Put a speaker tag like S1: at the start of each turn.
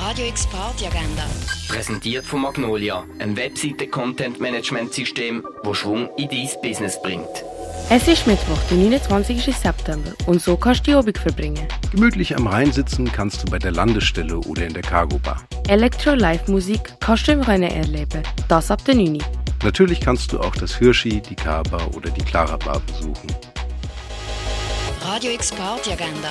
S1: Radio X Party Agenda.
S2: Präsentiert von Magnolia, ein Webseite-Content-Management-System, wo Schwung in dein Business bringt.
S3: Es ist Mittwoch, der 29. September und so kannst du die Obig verbringen.
S4: Gemütlich am Rhein sitzen kannst du bei der Landestelle oder in der Cargo Bar.
S3: Elektro-Live-Musik kannst du im Rennen erleben, das ab der 9. Uhr.
S4: Natürlich kannst du auch das Hirschi, die Kaba oder die Clara Bar besuchen.
S1: Radio X Party Agenda.